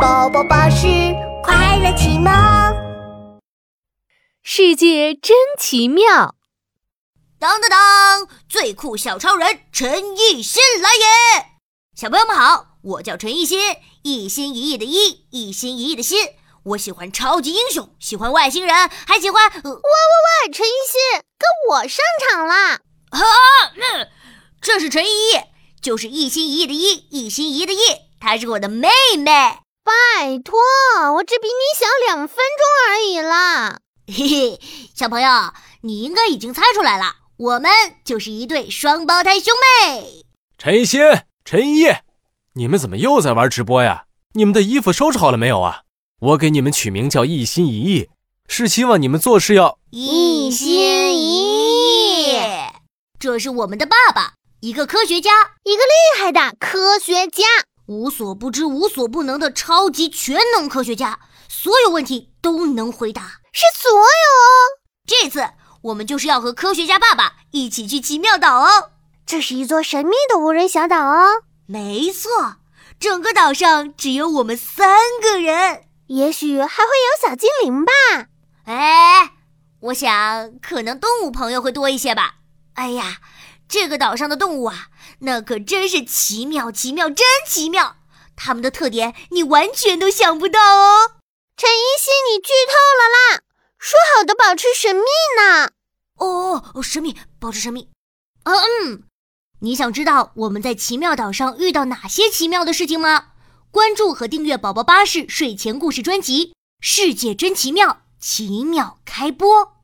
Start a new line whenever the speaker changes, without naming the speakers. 宝宝巴士快乐启蒙。
世界真奇妙，
当当当！最酷小超人陈艺新来也！小朋友们好，我叫陈艺新，一心一意的一，一心一意的心。我喜欢超级英雄，喜欢外星人，还喜欢……呃
喂，陈奕迅，跟我上场啦！
这是陈依依，就是一心一意的一，一心一意的一。她是我的妹妹。
拜托，我只比你小两分钟而已啦！
嘿嘿，小朋友，你应该已经猜出来了，我们就是一对双胞胎兄妹。
陈一新、陈一，你们怎么又在玩直播呀？你们的衣服收拾好了没有啊？我给你们取名叫一心一意，是希望你们做事要……
一心一意，
这是我们的爸爸，一个科学家，
厉害的科学家，
无所不知、无所不能的超级全能科学家，所有问题都能回答。
是所有哦。
这次我们就是要和科学家爸爸一起去奇妙岛哦。
这是一座神秘的无人小岛哦，
没错，整个岛上只有我们三个人。
也许还会有小精灵吧。
哎，我想可能动物朋友会多一些吧。哎呀，这个岛上的动物啊，那可真是奇妙，奇妙，真奇妙！它们的特点你完全都想不到哦。
陈奕迅，你剧透了啦！说好的保持神秘呢？
哦，哦神秘，保持神秘。啊嗯，你想知道我们在奇妙岛上遇到哪些奇妙的事情吗？关注和订阅“宝宝巴士睡前故事”专辑，《世界真奇妙》，奇妙开播。